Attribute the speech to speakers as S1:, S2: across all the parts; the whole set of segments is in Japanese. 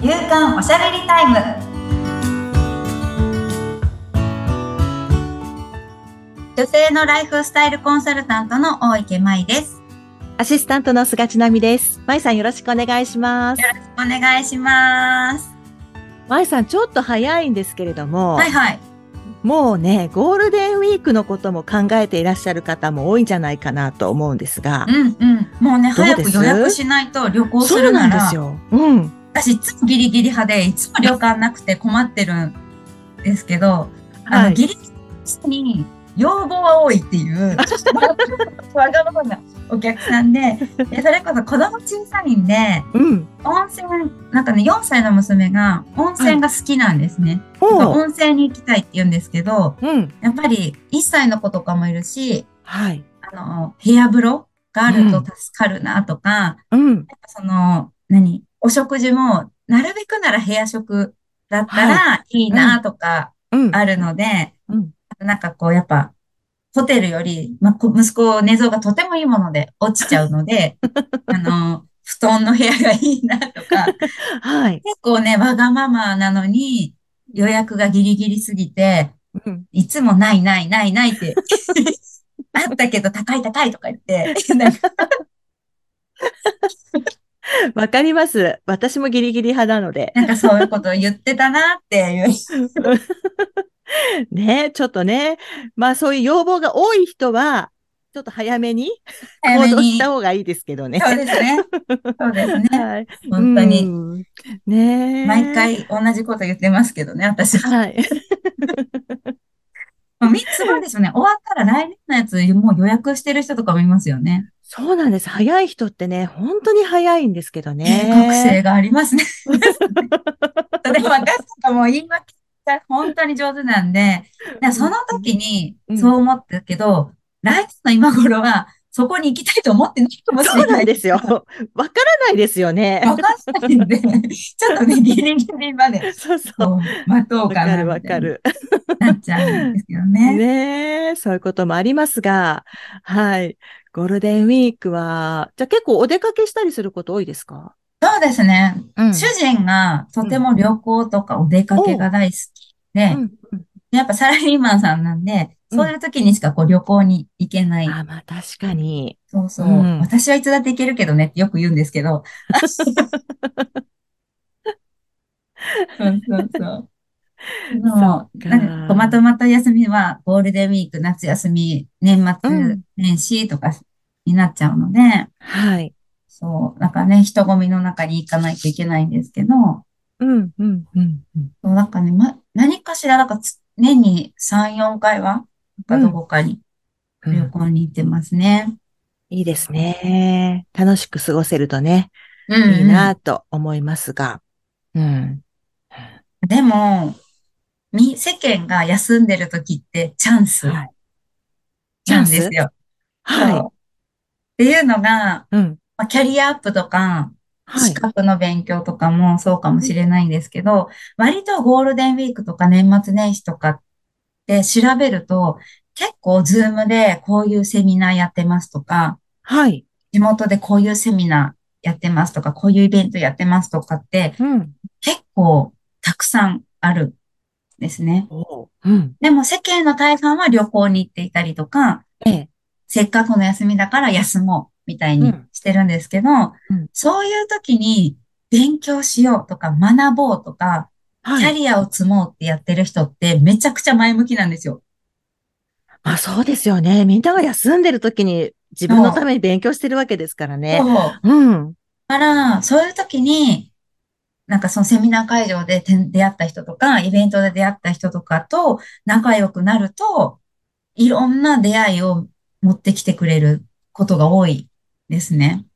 S1: 夕刊おしゃべりタイム女性のライフスタイルコンサルタントの大池舞です
S2: アシスタントの菅千奈美です。まいさんよろしくお願いします
S1: よ。ろしくお願いします
S2: まいさんちょっと早いんですけれども、
S1: はいはい
S2: もうね、ゴールデンウィークのことも考えていらっしゃる方も多いんじゃないかなと思うんですが、
S1: うんうんもうね
S2: どう
S1: 早
S2: で
S1: く
S2: す
S1: 予約しないと旅行す
S2: そう
S1: る
S2: な
S1: なんら
S2: ですよ。うん。
S1: 私いつもギリギリ派でいつも旅館なくて困ってるんですけど、あ
S2: は
S1: の
S2: い。
S1: ギリギリに要望は多いって いう、わがままなお客さんで、でそれこそ子供小さいんで、
S2: うん。
S1: 温泉、なんかね、4歳の娘が温泉が好きなんですね。
S2: ほう。
S1: 温泉に行きたいって言うんですけど、
S2: うん。
S1: やっぱり1歳の子とかもいるし、
S2: はい。
S1: あの、部屋風呂がある
S2: う
S1: と
S2: ん
S1: 助かるなとか、
S2: うん。
S1: その、何お食事も、なるべくなら部屋食だったらいいなとか
S2: うん。
S1: あるので、
S2: うん。
S1: なんかこう、やっぱ、ホテルより、まあ、こ息子、寝相がとてもいいもので落ちちゃうの で、あの、布団の部屋がいいなとか、
S2: はい。
S1: 結構ね、わがままなのに、予約がギリギリすぎて、
S2: うん。
S1: いつもないないないないって、 あったけど高い高いとか言って、 なんか
S2: わかります。私もギリギリ派なので。
S1: なんかそういうことを言ってたなっていう。
S2: ね、ちょっとね、まあそういう要望が多い人は、ちょっと早めに
S1: 早
S2: 行
S1: め
S2: 動し
S1: に。
S2: た方がいいですけどね。
S1: そうですね。そうですね。
S2: はい。
S1: 本当
S2: う
S1: に。
S2: ん。ねえ
S1: 毎。回同じこと言ってますけどね、私は。
S2: はい。
S1: まあ、三つもですよね。終わったら来年のやつ、もう予約してる人とかもいますよね。
S2: そうなんです。早い人ってね、本当に早いんですけどね。
S1: 計画性があります ね。でも私とかもう言い訳が本当に上手なんで、でその時に
S2: うん
S1: そう思ったけど、来年の今頃はそこに行きたいと思ってないかもしれ
S2: そ
S1: な。
S2: うないんですよ。わからないですよね。
S1: わかんないんで、ちょっとね、ギリギリまで、
S2: そうそう。
S1: こう、待とうか
S2: わか
S1: な
S2: るわ
S1: みた
S2: か
S1: いに
S2: る。
S1: なっちゃうんですけどね。
S2: ねえ、そういうこともありますが、はい。ゴールデンウィークは、じゃあ結構お出かけしたりすること多いですか
S1: そうですね。
S2: うん
S1: 主人がとても旅行とかお出かけが大好きで、
S2: うんうん
S1: やっぱサラリーマンさんなんで、
S2: うん
S1: そういう時にしかこう旅行に行けない。
S2: あ、まあ確かに。
S1: そうそう。
S2: うん
S1: 私はいつだって行けるけどねってよく言うんですけ ど。そうそうそう。でも
S2: そっ
S1: な
S2: か
S1: んかこうまとまった休みはゴールデンウィーク、夏休み、年
S2: う
S1: 末
S2: ん
S1: 年始とかになっちゃうので、
S2: はい。
S1: そう、なんかね、人混みの中に行かないといけないんですけど、
S2: うん、うん、うん。うん
S1: そう、なんかね、ま、何かしら、なんかつ、年に3、4回は、なんかどこかに
S2: うん
S1: 旅行に行ってますね。
S2: いいですね。楽しく過ごせるとね、
S1: うんうん
S2: いいなと思いますが。うん。
S1: でも、み、世間が休んでる時ってチャンス
S2: はいチ
S1: な
S2: ャ
S1: ん
S2: ン
S1: で
S2: ス
S1: すよ。
S2: はい。
S1: そうっていうのが、
S2: うん。
S1: まあ、キャリアアップとか、
S2: は
S1: 資
S2: い。
S1: 格の勉強とかもそうかもしれないんですけど、割とゴールデンウィークとか年末年始とかって調べると、結構ズームでこういうセミナーやってますとか、
S2: はい。
S1: 地元でこういうセミナーやってますとか、こういうイベントやってますとかって、
S2: うん。
S1: 結構たくさんあるんですね。
S2: おううん。
S1: でも世間の大半は旅行に行っていたりとか、
S2: ええ。
S1: せっかくの休みだから休もうみたいに
S2: うん
S1: してるんですけど、
S2: うん
S1: そういう時に勉強しようとか学ぼうとか、キ
S2: は
S1: ャ
S2: い。
S1: リアを積もうってやってる人ってめちゃくちゃ前向きなんですよ。
S2: まあそうですよね。みんなが休んでる時に自分のために勉強してるわけですからね。
S1: そう
S2: うん。
S1: だから、そういう時に、なんかそのセミナー会場でてん出会った人とか、イベントで出会った人とかと仲良くなると、いろんな出会いを持ってきてくれることが多いですね。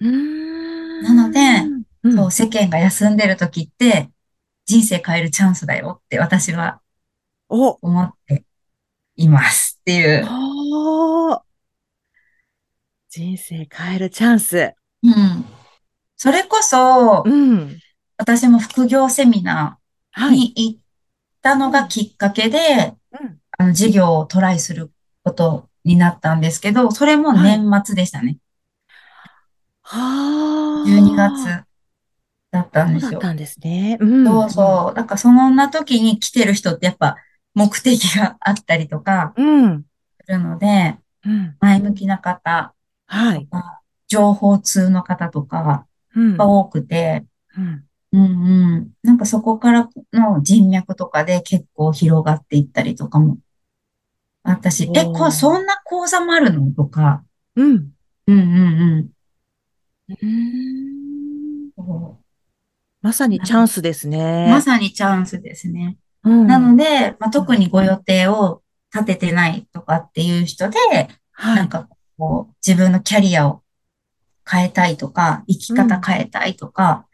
S2: な
S1: ので、
S2: うん
S1: そう、世間が休んでる時って、人生変えるチャンスだよって私は
S2: お、
S1: 思っていますっていう。
S2: おー人生変えるチャンス。
S1: うん。それこそ
S2: う、ん。
S1: 私も副業セミナー
S2: はい。
S1: に行ったのがきっかけで、
S2: うん
S1: あの、事業をトライすることになったんですけど、それも年末でしたね。
S2: はあ。
S1: 12月。だったん
S2: そう
S1: で
S2: だ
S1: す
S2: っ
S1: よ。
S2: たんですね。うん。
S1: そうそう。だからそんな時に来てる人ってやっぱ目的があったりとか
S2: うん。うん。
S1: するので、
S2: うん。
S1: 前向きな方
S2: は
S1: と
S2: い。
S1: か、情報通の方とかが
S2: うん。
S1: 多くて、
S2: うん。
S1: うんうん。なんかそこからの人脈とかで結構広がっていったりとかもあったし、え、こう、
S2: お
S1: そ
S2: ー。
S1: んな講座もあるのとか、
S2: うん。
S1: うんうんうん。
S2: うーん
S1: そう
S2: まさに
S1: な
S2: チャ
S1: ん
S2: ン
S1: か
S2: スです
S1: ま
S2: ね。
S1: さにチャンスですね。
S2: う。
S1: なんので、まあ、特にご予定を立ててないとかっていう人で、
S2: は
S1: なん
S2: い。
S1: かこう、自分のキャリアを変えたいとか、生き
S2: う
S1: 方
S2: ん。
S1: 変えたいとか、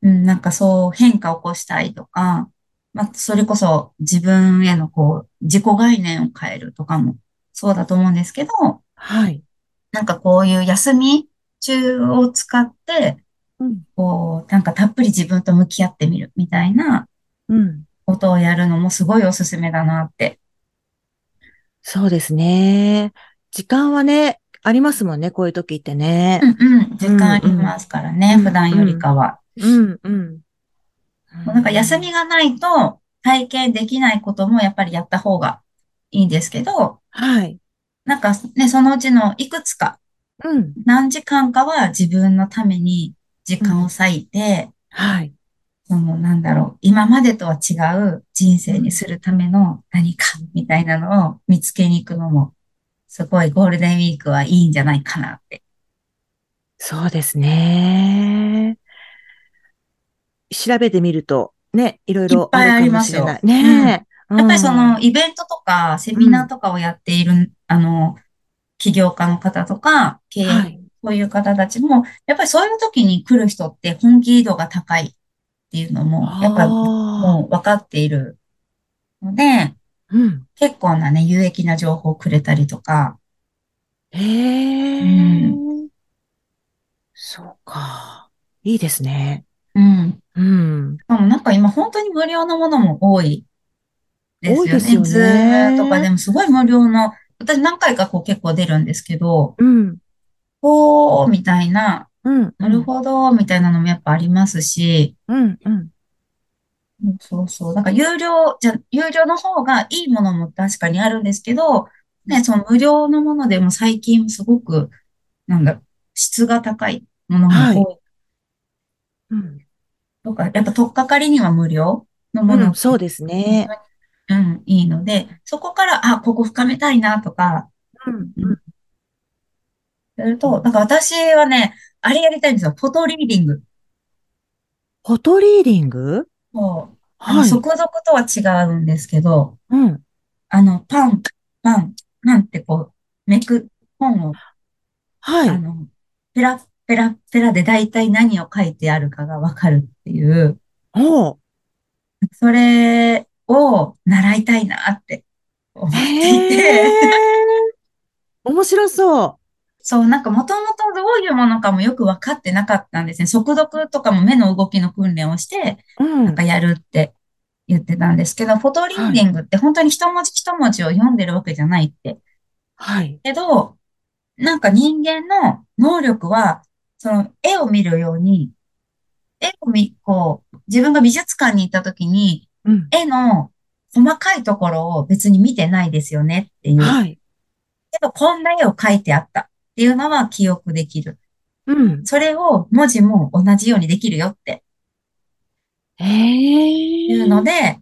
S1: うん、なんかそう変化を起こしたいとか、まあ、それこそ自分へのこう、自己概念を変えるとかもそうだと思うんですけど、
S2: はい。
S1: なんかこういう休み中を使って、
S2: うん。
S1: こう、なんかたっぷり自分と向き合ってみるみたいな
S2: うん。
S1: ことをやるのもすごいおすすめだなって
S2: そうですね。時間はね、ありますもんね、こういう時ってね。
S1: うんうん、
S2: う
S1: 時間
S2: ん、
S1: あ
S2: う
S1: りま
S2: ん、
S1: すから
S2: う
S1: ね、普
S2: ん、
S1: 段
S2: う
S1: より
S2: ん、
S1: かは。
S2: うん、うん。う
S1: もうなんか休み
S2: ん
S1: がないと体験できないこともやっぱりやった方がいいんですけど、
S2: はい。
S1: なんかね、そのうちのいくつか、
S2: うん、
S1: 何時間かは自分のために時
S2: う
S1: 間を
S2: ん。
S1: 割いて、
S2: はい。
S1: そのなんだろう、今までとは違う人
S2: う
S1: 生に
S2: ん、
S1: するための何か
S2: うん。
S1: みたいなのを見つけに行くのも、すごいゴールデンウィークはいいんじゃないかなって。
S2: そうですね。調べてみると、ね、いろい
S1: いっ
S2: ろあ
S1: ぱい
S2: る
S1: あ
S2: か
S1: り
S2: も
S1: ま
S2: し
S1: す
S2: れない。
S1: よ。うん。
S2: ねえ。う
S1: やっぱりそ
S2: ん、う
S1: のイベントとかセミナー
S2: ん。
S1: とかをやっている、あの、起業家の方とか、経
S2: は
S1: 営、
S2: い。
S1: そういう方たちも、やっぱりそういう時に来る人って本気度が高いっていうのも、やっぱ
S2: ああ、
S1: もう分かっているので、
S2: うん。
S1: 結構なね、有益な情報をくれたりとか、う
S2: へ
S1: ん、
S2: え、そうか。いいですね。
S1: うん。
S2: うん。
S1: でもなんか今本当に無料のものも多いで
S2: 多
S1: す
S2: い
S1: よ
S2: です
S1: ね。
S2: よ
S1: ズームとか
S2: ね。
S1: でもすごい無料の、私何回かこう結構出るんですけど、
S2: うん、
S1: ほー、みたいな、
S2: うん、う
S1: なる
S2: ん、
S1: ほど、みたいなのもやっぱありますし、
S2: うん、うん。
S1: うんそうそう。なんか有料じゃ、有料の方がいいものも確かにあるんですけど、
S2: う
S1: ね、
S2: ん
S1: その無料のものでも最近すごく、なんだろう、質が高いもの
S2: はい。
S1: も多い
S2: うん、
S1: とか、やっぱ取っかかりには無料のも
S2: う
S1: の
S2: ん、
S1: っ
S2: そう
S1: て、
S2: です
S1: 本
S2: ね。
S1: 当に、うん、いいので、そこから、あ、ここ深めたいなとか、
S2: うん、
S1: う、
S2: うんん、
S1: やる
S2: う
S1: と、なん
S2: ん。
S1: か私はね、あれやりたいんですよ。フォトリーディング。
S2: フォトリーディング
S1: そう。あの、
S2: はい。
S1: 速読とは違うんですけど、
S2: うん。
S1: あの、パン、パン、パンってこう、めく、本を、
S2: は
S1: あ
S2: い。
S1: の、ペラッペラッペラで大体何を書いてあるかがわかるっていう、
S2: おう。
S1: それを習いたいなって思っていて、
S2: へえ。面白そう。
S1: そう、なんかもともとどういうものかもよくわかってなかったんですね。速読とかも目の動きの訓練をして、
S2: う
S1: なんか
S2: ん。
S1: やるって言ってたんですけど、フォトリー
S2: は
S1: デ
S2: い。
S1: ィングって本当に一文字一文字を読んでるわけじゃないって。
S2: はい。
S1: けど、なんか人間の能力は、その絵を見るように、絵を見、こう、自分が美術館に行った時に、
S2: うん。
S1: 絵の細かいところを別に見てないですよねっていう。
S2: はい。
S1: けど、こんな絵を描いてあったっていうのは記憶できる。
S2: うん。
S1: それを文字も同じようにできるよって
S2: へ
S1: いうの
S2: え。
S1: で、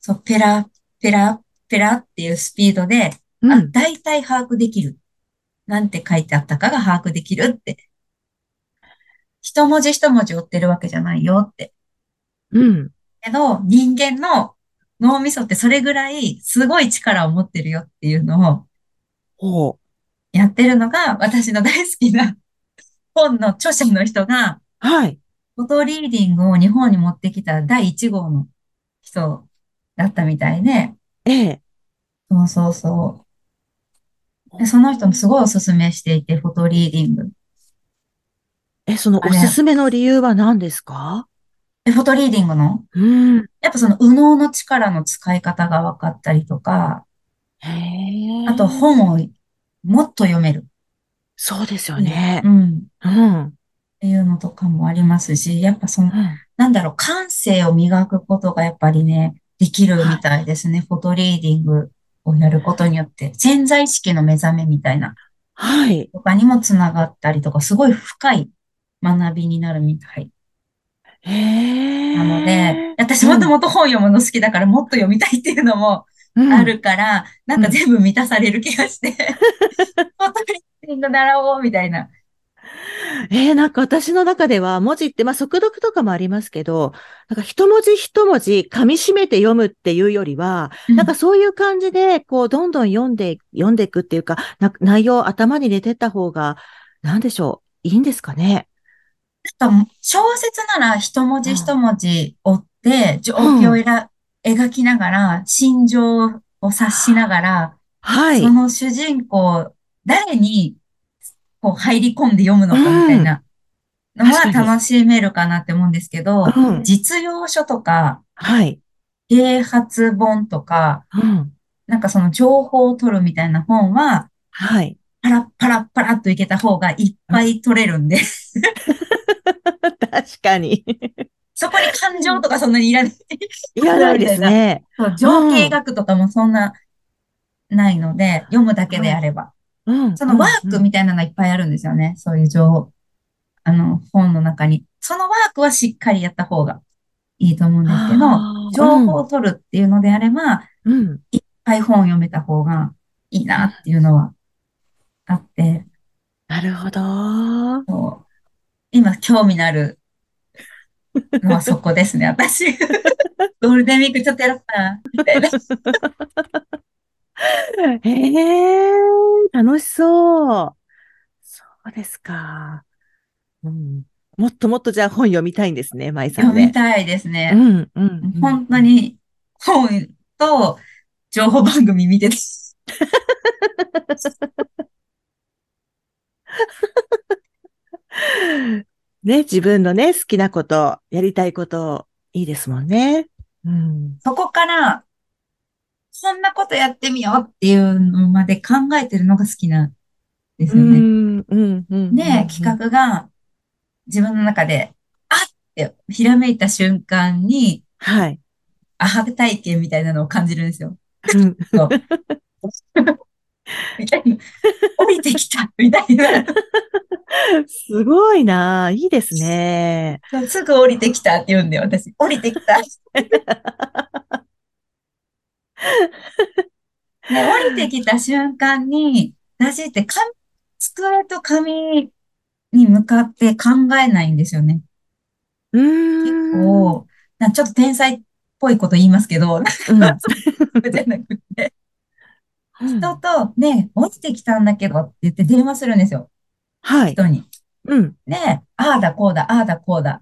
S1: そう、ペラ、ペラ、ペラっていうスピードで、
S2: う
S1: あ、
S2: ん。
S1: だいたい把握できる。なんて書いてあったかが把握できるって。一文字一文字追ってるわけじゃないよって。
S2: うん。
S1: けど、人間の脳みそってそれぐらいすごい力を持ってるよっていうのを
S2: おう。
S1: やってるのが、私の大好きな 本の著者の人が、
S2: はい。
S1: フォトリーディングを日本に持ってきた第1号の人だったみたいで、
S2: ええ。
S1: そうそうそう。でその人もす
S2: お
S1: ごいお
S2: ー
S1: すすめしていて、フォトリーディング。
S2: え、その
S1: あ
S2: おす
S1: れ、
S2: すめの理由は何ですか
S1: えフォトリーディングの
S2: うん。
S1: やっぱその右脳の力の使い方が分かったりとか、
S2: へ
S1: あと
S2: え。
S1: 本をもっと読める。
S2: そうですよ
S1: いい。
S2: ね。
S1: うん。
S2: うん。
S1: っていうのとかもありますし、やっぱその、なんだろう、感性を磨くことがやっぱりね、できるみたいですね。フォトリーディングをやることによって、潜在意識の目覚めみたいな、
S2: はい。
S1: とかにもつながったりとか、すごい深い学びになるみたい。
S2: へえ。
S1: なので、私もともと本読むの好きだから、もっと読みたいっていうのも
S2: うん
S1: あ。るから、なんか全部満たされる気が して、フォトリーディング習おうみたいな。
S2: えー、なんか私の中では文字って、まあ、速読とかもありますけど、なんか一文字一文字噛み締めて読むっていうよりは、
S1: うん
S2: なんかそういう感じで、こう、どんどん読んで、読んでいくっていうか、な内容を頭に入れてった方が、なんでしょう、いいんですかね。
S1: なんか小説なら一文字一文字追って、状況をえら描きながら、心情を察しながら、
S2: はい
S1: そ。の主人公、誰にこう入り込んで読むのかみたいなのは
S2: 確かに
S1: 楽しめるかなって思うんですけど、
S2: うん
S1: 実用書とか、
S2: はい。
S1: 啓発本とか、
S2: うん。
S1: なんかその情報を取るみたいな本は、
S2: はい。
S1: パラッパラッパラッといけた方がいっぱい取れるんで、
S2: 確か に。
S1: そこに感情とかそんなにいらない。
S2: いらないですね。
S1: そう、情景学とかもそんなないので、読むだけであれば。
S2: うん。
S1: そのワーク
S2: うん
S1: みたいなのがいっぱいあるんですよね。そういう情報、あの、本の中に。そのワークはしっかりやった方がいいと思うんですけど
S2: あ、ー
S1: 情報を取るっていうのであれば、いっ
S2: うん。
S1: ぱい本を読めた方がいいなっていうのはあって、
S2: なるほど。
S1: そう今興味のあるのはそこですね、 私。ゴールデンウィークちょっとやろうかな、みたいな。
S2: へえ、楽しそう。そうですか。うん。もっともっとじゃあ本読みたいんですね、舞さん
S1: 読み
S2: ね。
S1: たいですね。
S2: うん、うん。
S1: 本当。に本と情報番組見てた。
S2: ね、自分のね、好きなこと、やりたいこと、いいですもんね。うん。
S1: そこから、こんなことやってみようっていうのまで考えてるのが好きなんです
S2: う
S1: よね。
S2: ん、うん、うん。
S1: で、企画が自分の中で、あっってひらめいた瞬間に、
S2: はい。
S1: アハ体験みたいなのを感じるんですよ。
S2: うん
S1: みたいな。降りてきたみたいな。
S2: すごいな。いいですね。
S1: すぐ降りてきたって言うんだよ、私。降りてきた。ね、降りてきた瞬間に、私って紙、机と紙に向かって考えないんですよね。
S2: う
S1: 結
S2: ーん。
S1: 構、なんかちょっと天才っぽいこと言いますけど、なん
S2: うん。
S1: かそうじゃなくて、人と、ね、降りてきたんだけどって言って電話するんですよ、
S2: はい。
S1: 人に。
S2: うん。
S1: ねえ、ああだこうだ、ああだこうだ。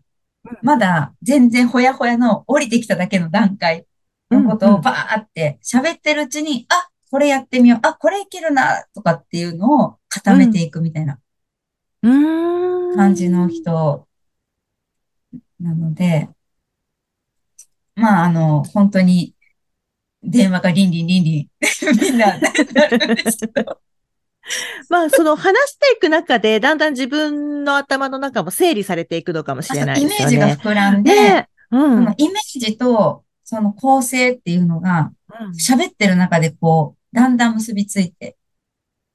S1: まだ全然ほやほやの降りてきただけの段階のことをバーって喋ってるうちに、あ、これやってみよう、あ、これいけるな、とかっていうのを固めていくみたいな
S2: うーん。
S1: 感じの人なので、まあ、あの、本当に電話がリンリンリン リン、みんな、なるんですけど
S2: まあ、その話していく中で、だんだん自分の頭の中も整理されていくのかもしれない
S1: イ
S2: で
S1: メ
S2: すよ
S1: ージが
S2: ね。
S1: 膨らんで、
S2: ねえ。う
S1: そ
S2: ん。う
S1: のイメージとその構成っていうのが、
S2: ん
S1: 喋ってる中でこう、だんだん結びついて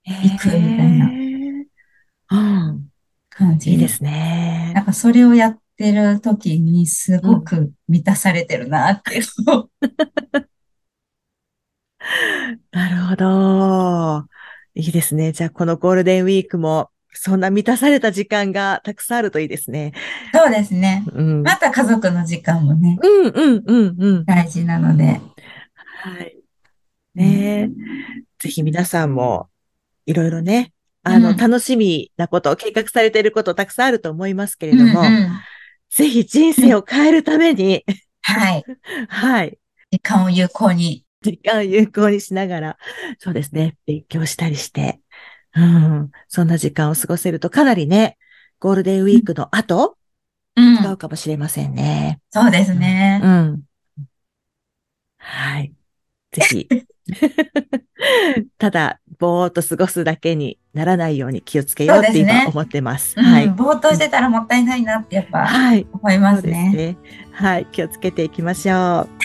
S1: 行くみたいな
S2: うん。
S1: 感じ
S2: いいで
S1: です。
S2: すね
S1: な。んかそれをやってる時にすごく満たされてるなっていうのを
S2: なるほど。いいですね。じゃあ、このゴールデンウィークも、そんな満たされた時間がたくさんあるといいですね。
S1: そうですね。
S2: うん。
S1: また家族の時間もね、
S2: うん、うん、うん、うん。
S1: 大事なので。
S2: はい。ねえ、ぜひ皆さんも、いろいろね、あの、
S1: うん
S2: 楽しみなこと、計画されていることたくさんあると思いますけれ
S1: うん
S2: ど
S1: うん。
S2: も、ぜひ人生を変えるた めに、
S1: はい。
S2: はい、
S1: 時間を有効に。
S2: 時間を有効にしながら、そうですね、勉強したりして、うん、そんな時間を過ごせるとかなりね、ゴールデンウィークの後、
S1: うん。
S2: 使うかもしれませんね。
S1: そうですね
S2: う。ん。はい。ぜひ。ただ、ぼーっと過ごすだけにならないように気をつけよ
S1: そうう
S2: っ
S1: です
S2: て
S1: ね
S2: 今思ってます。
S1: うん
S2: はい。
S1: ぼーっとしてたらもったいないなってやっぱ
S2: はい。
S1: 思いま
S2: そう
S1: す
S2: です
S1: ね。
S2: ね。はい。気をつけていきましょう。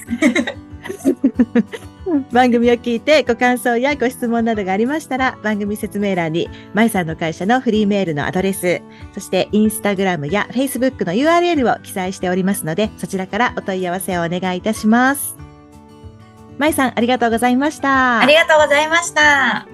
S2: 番組を聞いてご感想やご質問などがありましたら番組説明欄にまいさんの会社のフリーメールのアドレスそしてインスタグラムやフェイスブックの URL を記載しておりますのでそちらからお問い合わせをお願いいたしますまいさんありがとうございました
S1: ありがとうございました。